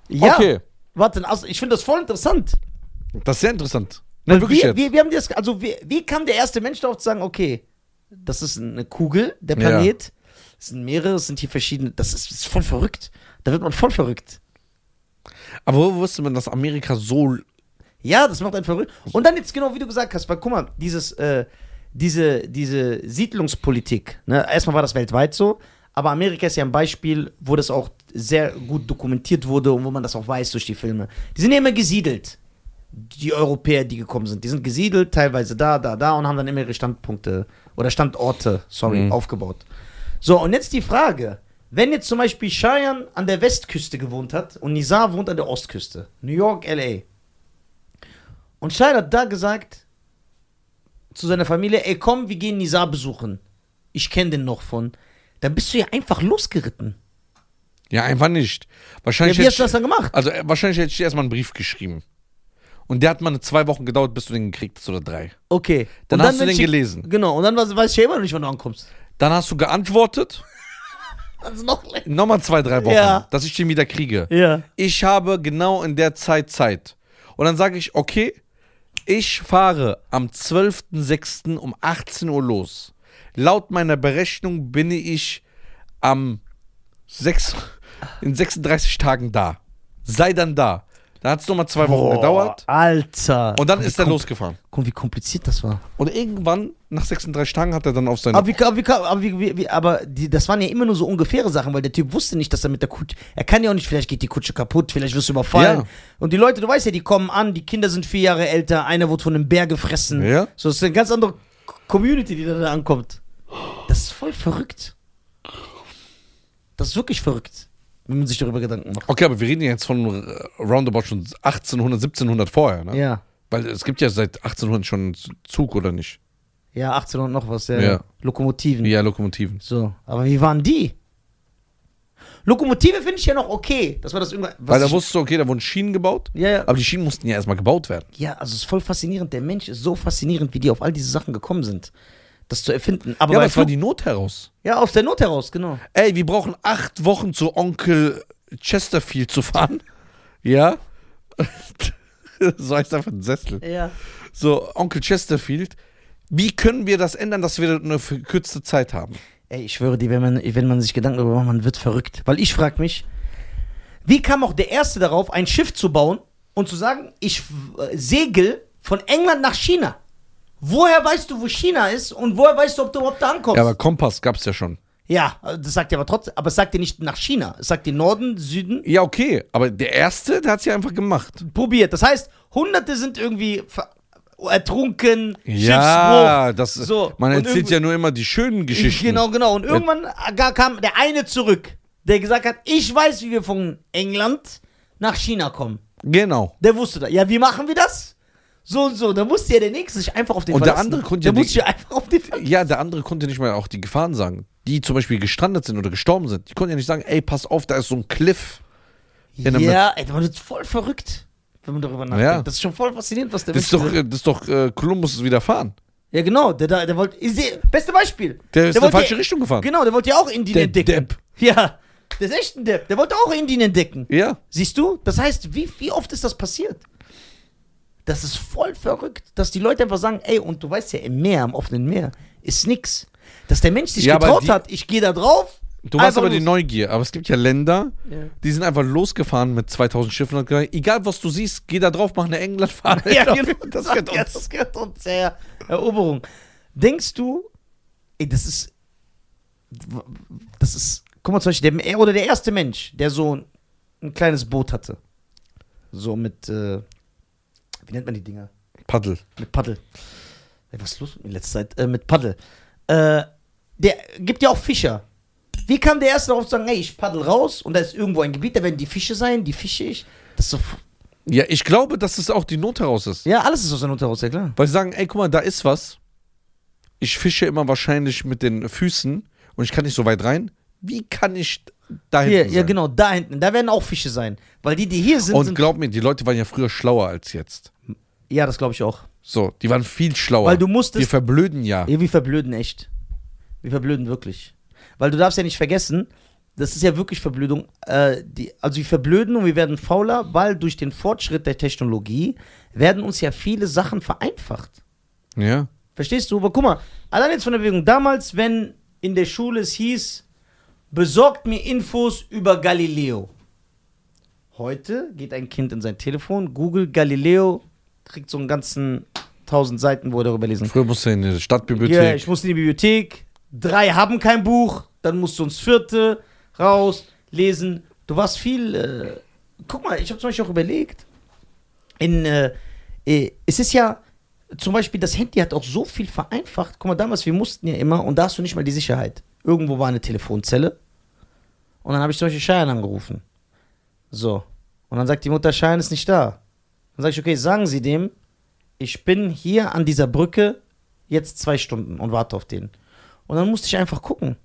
Speaker 1: Ja.
Speaker 2: Okay.
Speaker 1: Warte, ein Ast- ich finde das voll interessant.
Speaker 2: Das ist sehr interessant.
Speaker 1: Weil
Speaker 2: Na, wirklich
Speaker 1: Also wir, wir,
Speaker 2: jetzt.
Speaker 1: wir haben das, also wie, wie kam der erste Mensch darauf zu sagen, okay, das ist eine Kugel, der Planet, es sind mehrere, es sind hier verschiedene, das ist, das ist voll verrückt. Da wird man voll verrückt.
Speaker 2: aber wo wusste man, dass Amerika so.
Speaker 1: Ja, das macht einen verrückt. Und dann jetzt genau, wie du gesagt hast, weil guck mal, dieses, äh, diese, diese Siedlungspolitik, ne? erstmal war das weltweit so, aber Amerika ist ja ein Beispiel, wo das auch sehr gut dokumentiert wurde und wo man das auch weiß durch die Filme. Die sind ja immer gesiedelt. die Europäer, die gekommen sind, die sind gesiedelt, teilweise da, da, da und haben dann immer ihre Standpunkte oder Standorte, sorry, aufgebaut. So, und jetzt die Frage, wenn jetzt zum Beispiel Cheyenne an der Westküste gewohnt hat und Nizar wohnt an der Ostküste, New York, L.A. Und Cheyenne hat da gesagt zu seiner Familie, ey komm, wir gehen Nizar besuchen. Ich kenne den noch von. Dann bist du ja einfach losgeritten.
Speaker 2: Ja, einfach nicht.
Speaker 1: Ja,
Speaker 2: Wahrscheinlich
Speaker 1: wie
Speaker 2: hätte
Speaker 1: hast du das dann gemacht?
Speaker 2: ich, also, äh, wahrscheinlich hätte ich dir erstmal einen Brief geschrieben. Und der hat mal eine zwei Wochen gedauert, bis du den gekriegt hast oder drei.
Speaker 1: Okay.
Speaker 2: Dann
Speaker 1: Und
Speaker 2: hast du
Speaker 1: wenn
Speaker 2: den
Speaker 1: ich-
Speaker 2: gelesen.
Speaker 1: [laughs] Genau, und dann weiß weiß ich ja immer noch nicht, wann du ankommst.
Speaker 2: Dann hast du geantwortet
Speaker 1: Also noch länger.
Speaker 2: Nochmal zwei, drei Wochen,
Speaker 1: Ja.
Speaker 2: dass ich den wieder kriege.
Speaker 1: Ja.
Speaker 2: Ich habe genau in der Zeit Zeit. Und dann sage ich, okay, ich fahre am 12.06. um 18 Uhr los. Laut meiner Berechnung bin ich am 6, in 36 Tagen da. Sei dann da. Dann hat es nochmal zwei Wochen gedauert.
Speaker 1: Alter.
Speaker 2: Und dann
Speaker 1: Guck,
Speaker 2: ist
Speaker 1: wie
Speaker 2: er
Speaker 1: kom-
Speaker 2: losgefahren.
Speaker 1: Guck, wie kompliziert das war.
Speaker 2: Und irgendwann, nach 36 Tagen, hat er dann auf seine.
Speaker 1: Aber, wie, aber, wie, aber, wie, wie, wie, aber die, das waren ja immer nur so ungefähre Sachen, weil der Typ wusste nicht, dass er mit der Kutsche. Er kann ja auch nicht, vielleicht geht die Kutsche kaputt, vielleicht wirst du überfallen.
Speaker 2: Ja.
Speaker 1: Und die Leute, du weißt ja, die kommen an, die Kinder sind vier Jahre älter, einer wurde von einem Bär gefressen.
Speaker 2: Ja.
Speaker 1: So, das ist eine ganz andere Community, die da, da ankommt. Das ist voll verrückt. Das ist wirklich verrückt, wenn man sich darüber Gedanken macht.
Speaker 2: Okay, aber wir reden jetzt von äh, roundabout schon 1800, 1700 vorher, ne?
Speaker 1: Ja.
Speaker 2: Weil es gibt ja seit 1800 schon einen Zug, oder nicht?
Speaker 1: Ja, 1800 noch was, ja.
Speaker 2: Ja.
Speaker 1: Lokomotiven.
Speaker 2: Ja, Lokomotiven.
Speaker 1: So, aber wie waren die? Lokomotive finde ich ja noch okay. Das war das irgendwann. was
Speaker 2: Weil da
Speaker 1: ich-
Speaker 2: wusstest du, okay, da wurden Schienen gebaut,
Speaker 1: Ja, ja.
Speaker 2: aber die Schienen mussten ja erstmal gebaut werden.
Speaker 1: Ja, also es ist voll faszinierend. Der Mensch ist so faszinierend, wie die auf all diese Sachen gekommen sind. Das zu erfinden. Aber,
Speaker 2: Ja,
Speaker 1: bei
Speaker 2: aber es war
Speaker 1: Flug-
Speaker 2: die Not heraus.
Speaker 1: ja aus der Not heraus, genau.
Speaker 2: Ey, wir brauchen acht Wochen zu Onkel Chesterfield zu fahren. [laughs] Ja. so heißt einfach ein Sessel.
Speaker 1: Ja.
Speaker 2: So, Onkel Chesterfield. Wie können wir das ändern, dass wir eine verkürzte Zeit haben?
Speaker 1: Ey, ich schwöre dir, wenn man, wenn man sich Gedanken darüber macht, man wird verrückt. Weil ich frage mich, wie kam auch der Erste darauf, ein Schiff zu bauen und zu sagen, ich äh, segel von England nach China? Woher weißt du, wo China ist und woher weißt du, ob du überhaupt da ankommst?
Speaker 2: Ja, aber Kompass gab es ja schon.
Speaker 1: Ja, das sagt ja aber trotzdem, aber es sagt ja nicht nach China. Es sagt den Norden, Süden.
Speaker 2: Ja, okay, aber der Erste, der hat es ja einfach gemacht.
Speaker 1: Probiert. Das heißt, Hunderte sind irgendwie ver- ertrunken,
Speaker 2: Ja, das ist.
Speaker 1: So,
Speaker 2: Man
Speaker 1: und
Speaker 2: erzählt
Speaker 1: irgendwie-
Speaker 2: ja nur immer die schönen
Speaker 1: Schiffsbruch.
Speaker 2: Geschichten.
Speaker 1: Genau, genau. Und irgendwann ga- kam der eine zurück, der gesagt hat, ich weiß, wie wir von England nach China kommen.
Speaker 2: Genau.
Speaker 1: Der wusste das. Ja, wie machen wir das? So und so. Da musste ja der Nächste sich einfach auf den
Speaker 2: Und der
Speaker 1: verlassen.
Speaker 2: andere konnte
Speaker 1: Der
Speaker 2: ja
Speaker 1: musste
Speaker 2: die-
Speaker 1: ja einfach auf den verlassen.
Speaker 2: Ja, der andere konnte nicht mal auch die Gefahren sagen, die zum Beispiel gestrandet sind oder gestorben sind. Die konnten ja nicht sagen, ey, pass auf, da ist so ein Cliff. Ja, damit-
Speaker 1: Ja, ey, man wird voll verrückt, wenn man darüber nachdenkt.
Speaker 2: Ja.
Speaker 1: Das ist schon voll faszinierend, was der
Speaker 2: Das ist
Speaker 1: Mensch-
Speaker 2: doch, äh, das ist doch äh, Columbus widerfahren.
Speaker 1: Ja, genau, der, da- der wollte. ich seh- Beste Beispiel.
Speaker 2: Der ist in die
Speaker 1: wollte-
Speaker 2: falsche Richtung gefahren.
Speaker 1: Genau, der wollte ja auch Indien
Speaker 2: Der
Speaker 1: entdecken.
Speaker 2: Depp.
Speaker 1: Ja, der ist echt ein Depp. Der wollte auch Indien entdecken.
Speaker 2: Ja.
Speaker 1: Siehst du? Das heißt, wie, wie oft ist das passiert? Das ist voll verrückt, dass die Leute einfach sagen: Ey, und du weißt ja, im Meer, am offenen Meer, ist nix. Dass der Mensch sich
Speaker 2: Ja, aber
Speaker 1: getraut
Speaker 2: die-
Speaker 1: hat, ich gehe da drauf.
Speaker 2: Du warst
Speaker 1: einfach
Speaker 2: aber die
Speaker 1: los.
Speaker 2: Neugier. Aber es gibt ja Länder,
Speaker 1: Ja.
Speaker 2: die sind einfach losgefahren mit 2000 Schiffen und haben gesagt, egal was du siehst, geh da drauf, mach eine [laughs] Englandfahrt.
Speaker 1: [laughs] Ja, genau.
Speaker 2: Das gehört
Speaker 1: Ja,
Speaker 2: uns.
Speaker 1: das gehört uns, ja, ja. Eroberung. Denkst du, ey, das ist. Das ist. Guck mal, zum Beispiel, der, er- oder der erste Mensch, der so ein, ein kleines Boot hatte. So mit. Äh, wie nennt man die Dinger?
Speaker 2: Paddel.
Speaker 1: Mit Paddel. Ey, was ist los mit mir in letzter Zeit? Äh, mit Paddel. Äh, der gibt ja auch Fischer. Wie kam der erste darauf zu sagen, ey, ich paddel raus und da ist irgendwo ein Gebiet, da werden die Fische sein, die fische ich. Das ist so,
Speaker 2: Ja, ich glaube, dass es auch die Not heraus ist.
Speaker 1: ja, alles ist aus der Not heraus, ja klar.
Speaker 2: Weil sie sagen, ey, guck mal, da ist was. Ich fische immer wahrscheinlich mit den Füßen und ich kann nicht so weit rein. Wie kann ich da hinten
Speaker 1: Hier,
Speaker 2: sein?
Speaker 1: ja, genau, da hinten. Da werden auch Fische sein. Weil die, die hier sind,
Speaker 2: Und
Speaker 1: sind
Speaker 2: glaub mir, die Leute waren ja früher schlauer als jetzt.
Speaker 1: ja, das glaube ich auch.
Speaker 2: So, die waren viel schlauer.
Speaker 1: Weil du musstest-
Speaker 2: Wir verblöden ja.
Speaker 1: Ja, wir verblöden echt. Wir verblöden wirklich. Weil du darfst ja nicht vergessen, das ist ja wirklich Verblödung. Äh, die, also wir verblöden und wir werden fauler, weil durch den Fortschritt der Technologie werden uns ja viele Sachen vereinfacht.
Speaker 2: Ja.
Speaker 1: Verstehst du? Aber guck mal, allein jetzt von der Bewegung. Damals, wenn in der Schule es hieß, besorgt mir Infos über Galileo. Heute geht ein Kind in sein Telefon, googelt Galileo, kriegt so einen ganzen tausend Seiten, wo er darüber lesen kann.
Speaker 2: Früher musste in die Stadtbibliothek.
Speaker 1: Ja, ich muss in die Bibliothek. Drei haben kein Buch. Dann musst du ins vierte raus, lesen. Du warst viel. Äh, guck mal, ich habe zum Beispiel auch überlegt. In, äh, äh, es ist ja zum Beispiel, das Handy hat auch so viel vereinfacht. Guck mal, damals, wir mussten ja immer und da hast du nicht mal die Sicherheit. Irgendwo war eine Telefonzelle. Und dann habe ich zum Beispiel Schein angerufen. So. Und dann sagt die Mutter, Schein ist nicht da. Dann sage ich, okay, sagen Sie dem, ich bin hier an dieser Brücke jetzt zwei Stunden und warte auf den. Und dann musste ich einfach gucken.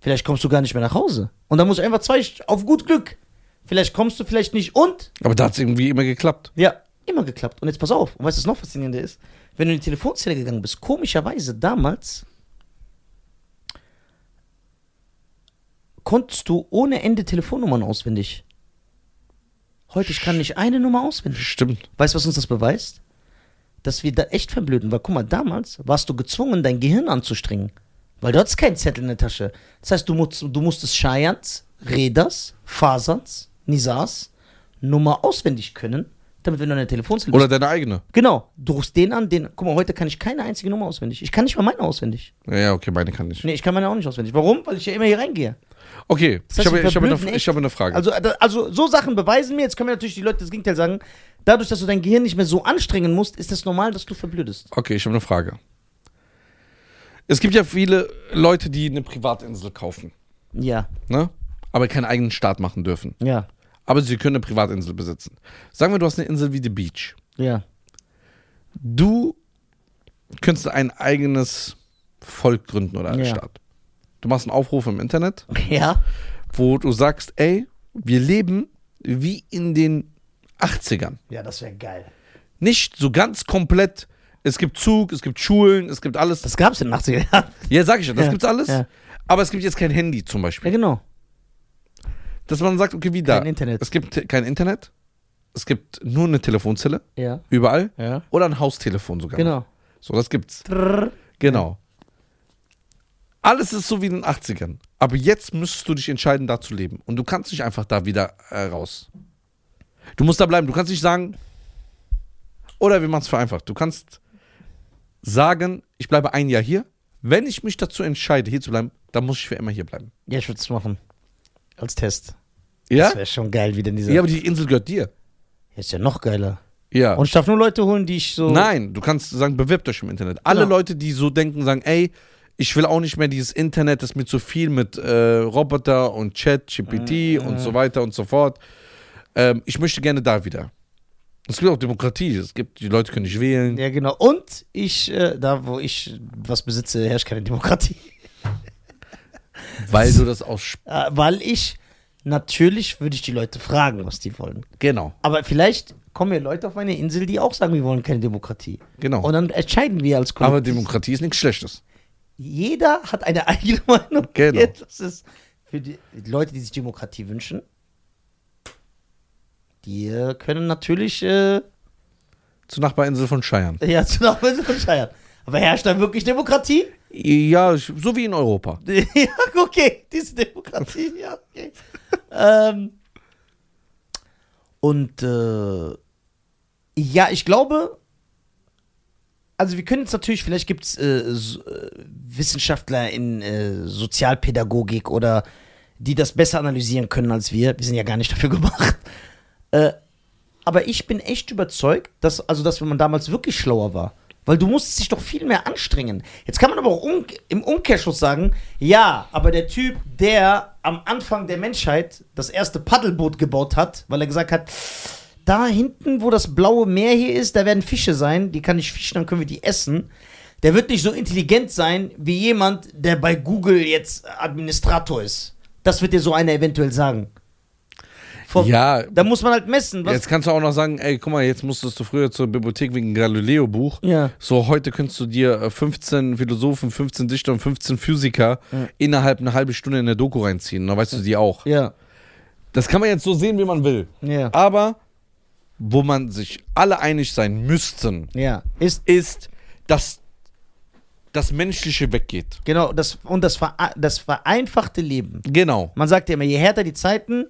Speaker 1: Vielleicht kommst du gar nicht mehr nach Hause. Und dann muss ich einfach zwei, St- auf gut Glück. Vielleicht kommst du, vielleicht nicht. Und?
Speaker 2: Aber da hat es irgendwie immer geklappt.
Speaker 1: Ja, immer geklappt. Und jetzt pass auf. Und weißt du, was noch faszinierender ist? Wenn du in die Telefonzelle gegangen bist, komischerweise damals konntest du ohne Ende Telefonnummern auswendig. Heute, ich kann nicht eine Nummer auswendig.
Speaker 2: Stimmt.
Speaker 1: Weißt du, was uns das beweist? Dass wir da echt verblöden. Weil guck mal, damals warst du gezwungen, dein Gehirn anzustrengen. Weil du hattest keinen Zettel in der Tasche. Das heißt, du, musst, du musstest Scheians, Reders, Fasans, Nisas Nummer auswendig können, damit wenn du eine Telefonzelle
Speaker 2: Oder deine eigene.
Speaker 1: Genau, du rufst den an, den. Guck mal, heute kann ich keine einzige Nummer auswendig. Ich kann nicht mal meine auswendig.
Speaker 2: Ja, okay, meine kann ich.
Speaker 1: Nee, ich kann meine auch nicht auswendig. Warum? Weil ich ja immer hier reingehe.
Speaker 2: Okay,
Speaker 1: heißt,
Speaker 2: ich, habe,
Speaker 1: wir
Speaker 2: ich, habe
Speaker 1: verblöden
Speaker 2: eine,
Speaker 1: echt.
Speaker 2: ich habe eine Frage.
Speaker 1: Also, da- also so Sachen beweisen mir, jetzt können wir natürlich die Leute das Gegenteil sagen, dadurch, dass du dein Gehirn nicht mehr so anstrengen musst, ist das normal, dass du verblödest.
Speaker 2: Okay, ich habe eine Frage. Es gibt ja viele Leute, die eine Privatinsel kaufen,
Speaker 1: Ja,
Speaker 2: ne? aber keinen eigenen Staat machen dürfen.
Speaker 1: ja,
Speaker 2: Aber sie können eine Privatinsel besitzen. Sagen wir, du hast eine Insel wie The Beach.
Speaker 1: ja.
Speaker 2: Du könntest ein eigenes Volk gründen oder einen
Speaker 1: Ja.
Speaker 2: Staat. Du machst einen Aufruf im Internet,
Speaker 1: Ja,
Speaker 2: wo du sagst, ey, wir leben wie in den 80ern.
Speaker 1: ja das wäre geil.
Speaker 2: Nicht so ganz komplett. Es gibt Zug, es gibt Schulen, es gibt alles.
Speaker 1: Das gab's in den 80er Jahren.
Speaker 2: Ja, sag ich ja, das
Speaker 1: Ja,
Speaker 2: gibt's alles.
Speaker 1: ja.
Speaker 2: Aber es gibt jetzt kein Handy zum
Speaker 1: Ja,
Speaker 2: Beispiel.
Speaker 1: genau.
Speaker 2: Dass man sagt, okay, wie da?
Speaker 1: Kein Internet.
Speaker 2: Es gibt kein Internet. Es gibt nur eine Telefonzelle,
Speaker 1: Ja.
Speaker 2: überall.
Speaker 1: Ja.
Speaker 2: Oder ein Haustelefon sogar. noch.
Speaker 1: Genau.
Speaker 2: So, das gibt's.
Speaker 1: Trrr.
Speaker 2: Genau. Alles ist so wie in den 80ern. Aber jetzt müsstest du dich entscheiden, da zu leben. Und du kannst nicht einfach da wieder äh, raus. Du musst da bleiben. Du kannst nicht sagen, oder wir machen es vereinfacht. Du kannst sagen, ich bleibe ein Jahr hier. Wenn ich mich dazu entscheide, hier zu bleiben, dann muss ich für immer hier bleiben.
Speaker 1: Ja, ich würde es machen. Als Test.
Speaker 2: Ja?
Speaker 1: Das wäre schon geil, wieder in dieser.
Speaker 2: Ja, aber die Insel gehört dir.
Speaker 1: Ist ja noch geiler.
Speaker 2: Ja.
Speaker 1: Und ich darf nur Leute holen, die ich so.
Speaker 2: Nein, du kannst sagen, bewirbt euch im Internet. Alle
Speaker 1: Genau.
Speaker 2: Leute, die so denken, sagen, ey, ich will auch nicht mehr dieses Internet, das ist mir zu viel mit äh, Roboter und Chat, GPT
Speaker 1: Mm.
Speaker 2: und so weiter und so fort. Ähm, ich möchte gerne da wieder. Es gibt auch Demokratie, es gibt, die Leute können nicht wählen.
Speaker 1: Ja, genau. Und ich, äh, da wo ich was besitze, herrscht keine Demokratie. [laughs]
Speaker 2: Weil du das auch. sp-
Speaker 1: Äh, weil ich, natürlich würde ich die Leute fragen, was die wollen.
Speaker 2: Genau,
Speaker 1: Aber vielleicht kommen ja Leute auf meine Insel, die auch sagen, wir wollen keine Demokratie.
Speaker 2: genau.
Speaker 1: Und dann entscheiden wir als
Speaker 2: Aber
Speaker 1: Kollektiv.
Speaker 2: Demokratie ist nichts Schlechtes.
Speaker 1: Jeder hat eine eigene [laughs] Meinung.
Speaker 2: Genau.
Speaker 1: Jetzt, Das ist für die Leute, die sich Demokratie wünschen, die äh, können natürlich äh,
Speaker 2: Zur Nachbarinsel von Scheiern.
Speaker 1: ja, [laughs] zu Nachweisen entscheiden. Aber herrscht da wirklich Demokratie?
Speaker 2: Ja, ich- so wie in Europa.
Speaker 1: [laughs] ja, okay, diese Demokratie, ja, okay. ähm, und äh, ja, ich glaube, also wir können jetzt natürlich, vielleicht gibt es äh, so, äh, Wissenschaftler in äh, Sozialpädagogik oder die das besser analysieren können als wir. Wir sind ja gar nicht dafür gemacht. Äh, aber ich bin echt überzeugt, dass, also dass wenn man damals wirklich schlauer war, weil du musstest dich doch viel mehr anstrengen. Jetzt kann man aber auch um, im Umkehrschluss sagen, ja, aber der Typ, der am Anfang der Menschheit das erste Paddelboot gebaut hat, weil er gesagt hat, da hinten, wo das blaue Meer hier ist, da werden Fische sein, die kann ich fischen, dann können wir die essen. Der wird nicht so intelligent sein wie jemand, der bei Google jetzt Administrator ist. Das wird dir so einer eventuell sagen. Von-
Speaker 2: Ja.
Speaker 1: Da muss man halt messen. Was
Speaker 2: Jetzt kannst du auch noch sagen, ey, guck mal, jetzt musstest du früher zur Bibliothek wegen Galileo-Buch.
Speaker 1: Ja.
Speaker 2: So, heute könntest du dir äh, 15 Philosophen, 15 Dichter und 15 Physiker innerhalb einer halben Stunde in der Doku reinziehen. Dann weißt du die auch.
Speaker 1: Ja.
Speaker 2: Das kann man jetzt so sehen, wie man will.
Speaker 1: Ja.
Speaker 2: Aber wo man sich alle einig sein müssten,
Speaker 1: Ja. Ist
Speaker 2: ist, dass das Menschliche weggeht.
Speaker 1: genau das und das, vere- das vereinfachte Leben.
Speaker 2: Genau.
Speaker 1: Man sagt ja immer, je härter die Zeiten,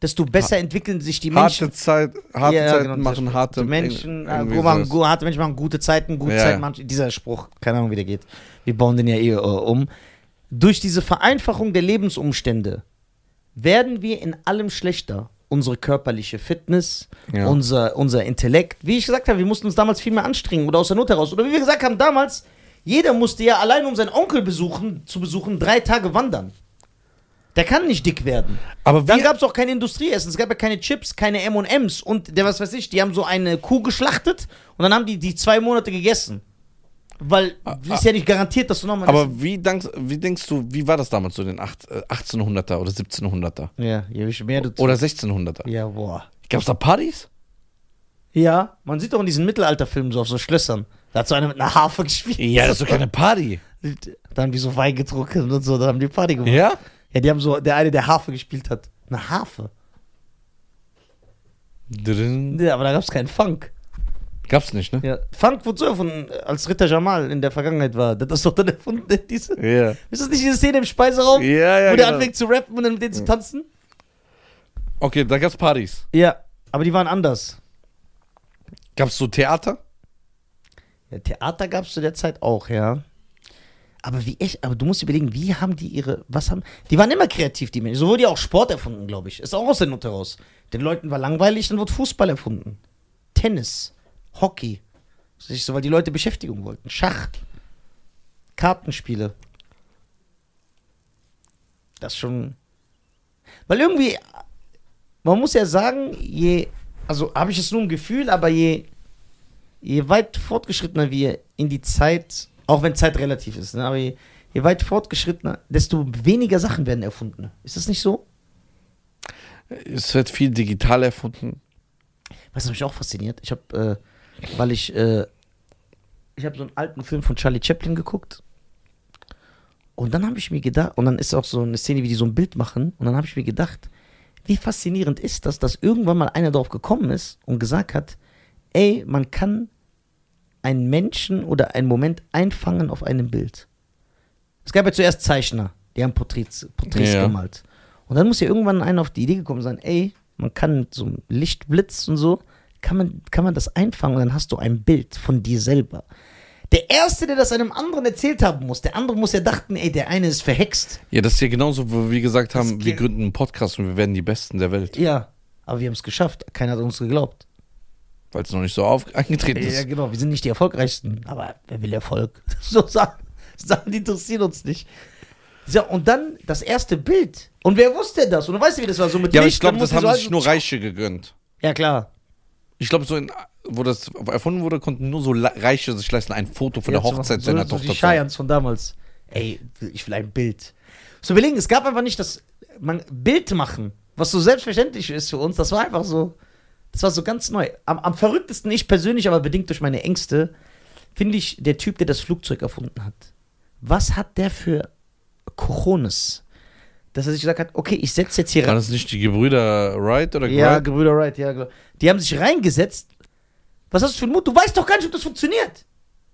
Speaker 1: desto besser entwickeln sich die Menschen.
Speaker 2: Harte, Zeit, harte
Speaker 1: Ja,
Speaker 2: Zeiten
Speaker 1: genau,
Speaker 2: machen
Speaker 1: dieser
Speaker 2: harte
Speaker 1: Spruch. Menschen. Äh,
Speaker 2: irgendwie
Speaker 1: gu- machen,
Speaker 2: sowas.
Speaker 1: gu- harte Menschen machen gute Zeiten, gute
Speaker 2: Ja,
Speaker 1: Zeiten
Speaker 2: ja.
Speaker 1: machen. Dieser Spruch, keine Ahnung, wie der geht. Wir bauen den ja eh äh, um. Durch diese Vereinfachung der Lebensumstände werden wir in allem schlechter. Unsere körperliche Fitness,
Speaker 2: Ja.
Speaker 1: unser, unser Intellekt. Wie ich gesagt habe, wir mussten uns damals viel mehr anstrengen oder aus der Not heraus. Oder wie wir gesagt haben, damals, jeder musste ja allein, um seinen Onkel besuchen, zu besuchen, drei Tage wandern. Der kann nicht dick werden.
Speaker 2: Aber
Speaker 1: Dann
Speaker 2: wie,
Speaker 1: gab es auch kein Industrieessen. Es gab ja keine Chips, keine MMs und der was weiß ich, die haben so eine Kuh geschlachtet und dann haben die die zwei Monate gegessen. Weil ist ja nicht garantiert, dass du nochmal.
Speaker 2: Ah, Aber wie, denkst, wie denkst du, wie war das damals so in den acht- äh, 1800er oder 1700er?
Speaker 1: ja, hier ich mehr dazu.
Speaker 2: Oder 1600er?
Speaker 1: ja, boah.
Speaker 2: Gab es da Partys?
Speaker 1: Ja, man sieht doch in diesen Mittelalterfilmen so auf so Schlössern. Da hat so einer mit einer Harfe gespielt.
Speaker 2: keine Party.
Speaker 1: Dann wie so Wein getrunken und so, dann haben die Party gemacht.
Speaker 2: Ja?
Speaker 1: Ja, die haben so, der eine, der Harfe gespielt hat. Eine Harfe?
Speaker 2: Drin.
Speaker 1: Nee, aber da gab es keinen Funk.
Speaker 2: Gab's nicht, ne?
Speaker 1: Ja. Funk wurde so erfunden, als Ritter Jamal in der Vergangenheit war. Das ist doch dann erfunden, [laughs] diese.
Speaker 2: Ja.
Speaker 1: Ist das nicht diese Szene im Speiseraum?
Speaker 2: Ja, ja,
Speaker 1: Wo der
Speaker 2: genau.
Speaker 1: anfängt zu rappen und dann mit denen zu tanzen?
Speaker 2: Okay, da gab's Partys.
Speaker 1: Ja, aber die waren anders.
Speaker 2: Gab's so Theater?
Speaker 1: Ja, Theater gab es zu der Zeit auch, ja. Aber wie echt, aber du musst überlegen, wie haben die ihre, was haben, die waren immer kreativ, die Menschen. So wurde ja auch Sport erfunden, glaube ich. Ist auch aus der Not heraus. Den Leuten war langweilig, dann wurde Fußball erfunden. Tennis, Hockey. Das ist so, weil die Leute Beschäftigung wollten. Schach, Kartenspiele. Das ist schon. Weil irgendwie, man muss ja sagen, je, also habe ich es nur im Gefühl, aber je je weit fortgeschrittener wir in die Zeit, auch wenn Zeit relativ ist, ne, aber je, je weit fortgeschrittener, desto weniger Sachen werden erfunden. Ist das nicht so?
Speaker 2: Es wird viel digital erfunden.
Speaker 1: Weißt du, was mich auch fasziniert? Ich habe, äh, weil ich, äh, ich habe so einen alten Film von Charlie Chaplin geguckt. Und dann habe ich mir gedacht, und dann ist auch so eine Szene, wie die so ein Bild machen, und dann habe ich mir gedacht, wie faszinierend ist das, dass irgendwann mal einer drauf gekommen ist und gesagt hat, ey, man kann einen Menschen oder einen Moment einfangen auf einem Bild. Es gab ja zuerst Zeichner, die haben Porträts, Porträts
Speaker 2: Ja.
Speaker 1: gemalt. Und dann muss ja irgendwann einer auf die Idee gekommen sein, ey, man kann mit so einem Lichtblitz und so, kann man, kann man das einfangen und dann hast du ein Bild von dir selber. Der Erste, der das einem anderen erzählt haben muss, der andere muss ja dachten, ey, der eine ist verhext.
Speaker 2: Ja, das ist ja genauso, wo wir gesagt haben,
Speaker 1: Das
Speaker 2: wir
Speaker 1: geht-
Speaker 2: gründen einen Podcast und wir werden die Besten der Welt,
Speaker 1: Ja, aber wir haben es geschafft. Keiner hat uns geglaubt.
Speaker 2: weil es noch nicht so auf [laughs] eingetreten
Speaker 1: ja,
Speaker 2: ist.
Speaker 1: genau, wir sind nicht die Erfolgreichsten, aber wer will Erfolg? [laughs] So Sachen, Sachen die interessieren uns nicht. So, und dann das erste Bild. Und wer wusste das? Und du weißt, wie das war so mit
Speaker 2: Ja, aber
Speaker 1: Licht,
Speaker 2: ich glaube,
Speaker 1: dann
Speaker 2: das
Speaker 1: musst du
Speaker 2: haben
Speaker 1: so
Speaker 2: sich
Speaker 1: halten-
Speaker 2: nur Reiche gegönnt.
Speaker 1: Ja, klar.
Speaker 2: Ich glaube, so in, wo das erfunden wurde, konnten nur so La- Reiche sich leisten, ein Foto von
Speaker 1: Ja,
Speaker 2: der
Speaker 1: zu
Speaker 2: Hochzeit
Speaker 1: machen.
Speaker 2: seiner
Speaker 1: so, so
Speaker 2: Tochter.
Speaker 1: Die
Speaker 2: zu-
Speaker 1: Scheians von damals. Ey, ich will ein Bild. So überlegen, es gab einfach nicht das man, Bild machen, was so selbstverständlich ist für uns. Das war einfach so, das war so ganz neu. Am, am verrücktesten, ich persönlich, aber bedingt durch meine Ängste, finde ich der Typ, der das Flugzeug erfunden hat. Was hat der für Cojones? Dass er sich gesagt hat, okay, ich setze jetzt hier
Speaker 2: Waren das nicht die Gebrüder Wright oder
Speaker 1: ja,
Speaker 2: Wright?
Speaker 1: Gebrüder Wright, ja, genau. Die haben sich reingesetzt. Was hast du für einen Mut? Du weißt doch gar nicht, ob das funktioniert.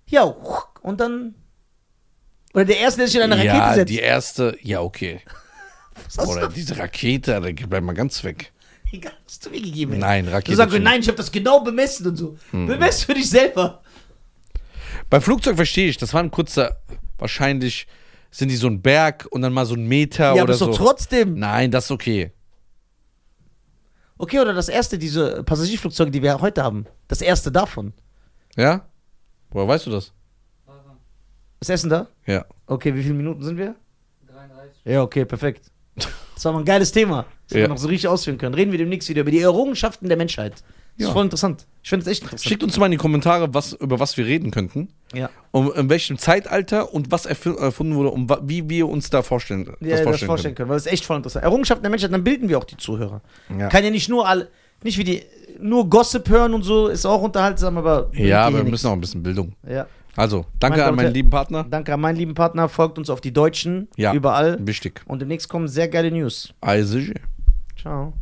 Speaker 1: Ja, huck, und dann. Oder der Erste, der sich in eine Rakete
Speaker 2: ja,
Speaker 1: setzt.
Speaker 2: die erste, ja, okay.
Speaker 1: was hast
Speaker 2: Oder
Speaker 1: du,
Speaker 2: diese Rakete, da bleib mal ganz weg.
Speaker 1: [laughs] egal, was du mir gegeben hast.
Speaker 2: Nein,
Speaker 1: Du
Speaker 2: Rakete. Hm.
Speaker 1: sagst, mir, nein, ich habe das genau bemessen und so. Bemess für dich selber.
Speaker 2: Beim Flugzeug verstehe ich, das war ein kurzer, wahrscheinlich sind die so ein Berg und dann mal so ein Meter
Speaker 1: Ja, aber
Speaker 2: oder
Speaker 1: ist
Speaker 2: so.
Speaker 1: doch trotzdem.
Speaker 2: Nein, das ist okay.
Speaker 1: Okay, oder das erste, diese Passagierflugzeuge, die wir heute haben. Das erste davon.
Speaker 2: Ja? Woher weißt du das?
Speaker 3: Wasser,
Speaker 1: Ist Essen da?
Speaker 2: Ja.
Speaker 1: Okay, wie viele Minuten sind wir?
Speaker 3: 33.
Speaker 1: Ja, okay, perfekt. Das war mal ein geiles Thema. Das hätten
Speaker 2: Ja.
Speaker 1: wir noch so richtig ausführen können. Reden wir demnächst wieder über die Errungenschaften der Menschheit. Das
Speaker 2: Ja.
Speaker 1: ist voll interessant. Ich finde es echt interessant.
Speaker 2: Schickt uns mal in die Kommentare, was, über was wir reden könnten.
Speaker 1: Ja.
Speaker 2: Um, in welchem Zeitalter und was erf- erfunden wurde und wa- wie wir uns da vorstellen,
Speaker 1: Ja, das vorstellen können. weil das ist echt voll interessant. Errungenschaften der Menschheit, dann bilden wir auch die Zuhörer.
Speaker 2: Ja.
Speaker 1: Kann ja nicht nur alle, nicht wie die, nur Gossip hören und so, ist auch unterhaltsam, aber.
Speaker 2: können.
Speaker 1: bringt
Speaker 2: Ja, aber
Speaker 1: dir
Speaker 2: wir
Speaker 1: hier
Speaker 2: müssen auch ein bisschen Bildung.
Speaker 1: nix. Ja.
Speaker 2: Also, danke
Speaker 1: Meine
Speaker 2: an meinen
Speaker 1: Leute-
Speaker 2: lieben Partner.
Speaker 1: Danke an meinen lieben Partner, folgt uns auf die Deutschen
Speaker 2: Ja.
Speaker 1: überall.
Speaker 2: Wichtig.
Speaker 1: Und demnächst kommen sehr geile News.
Speaker 2: Also,
Speaker 1: Ciao.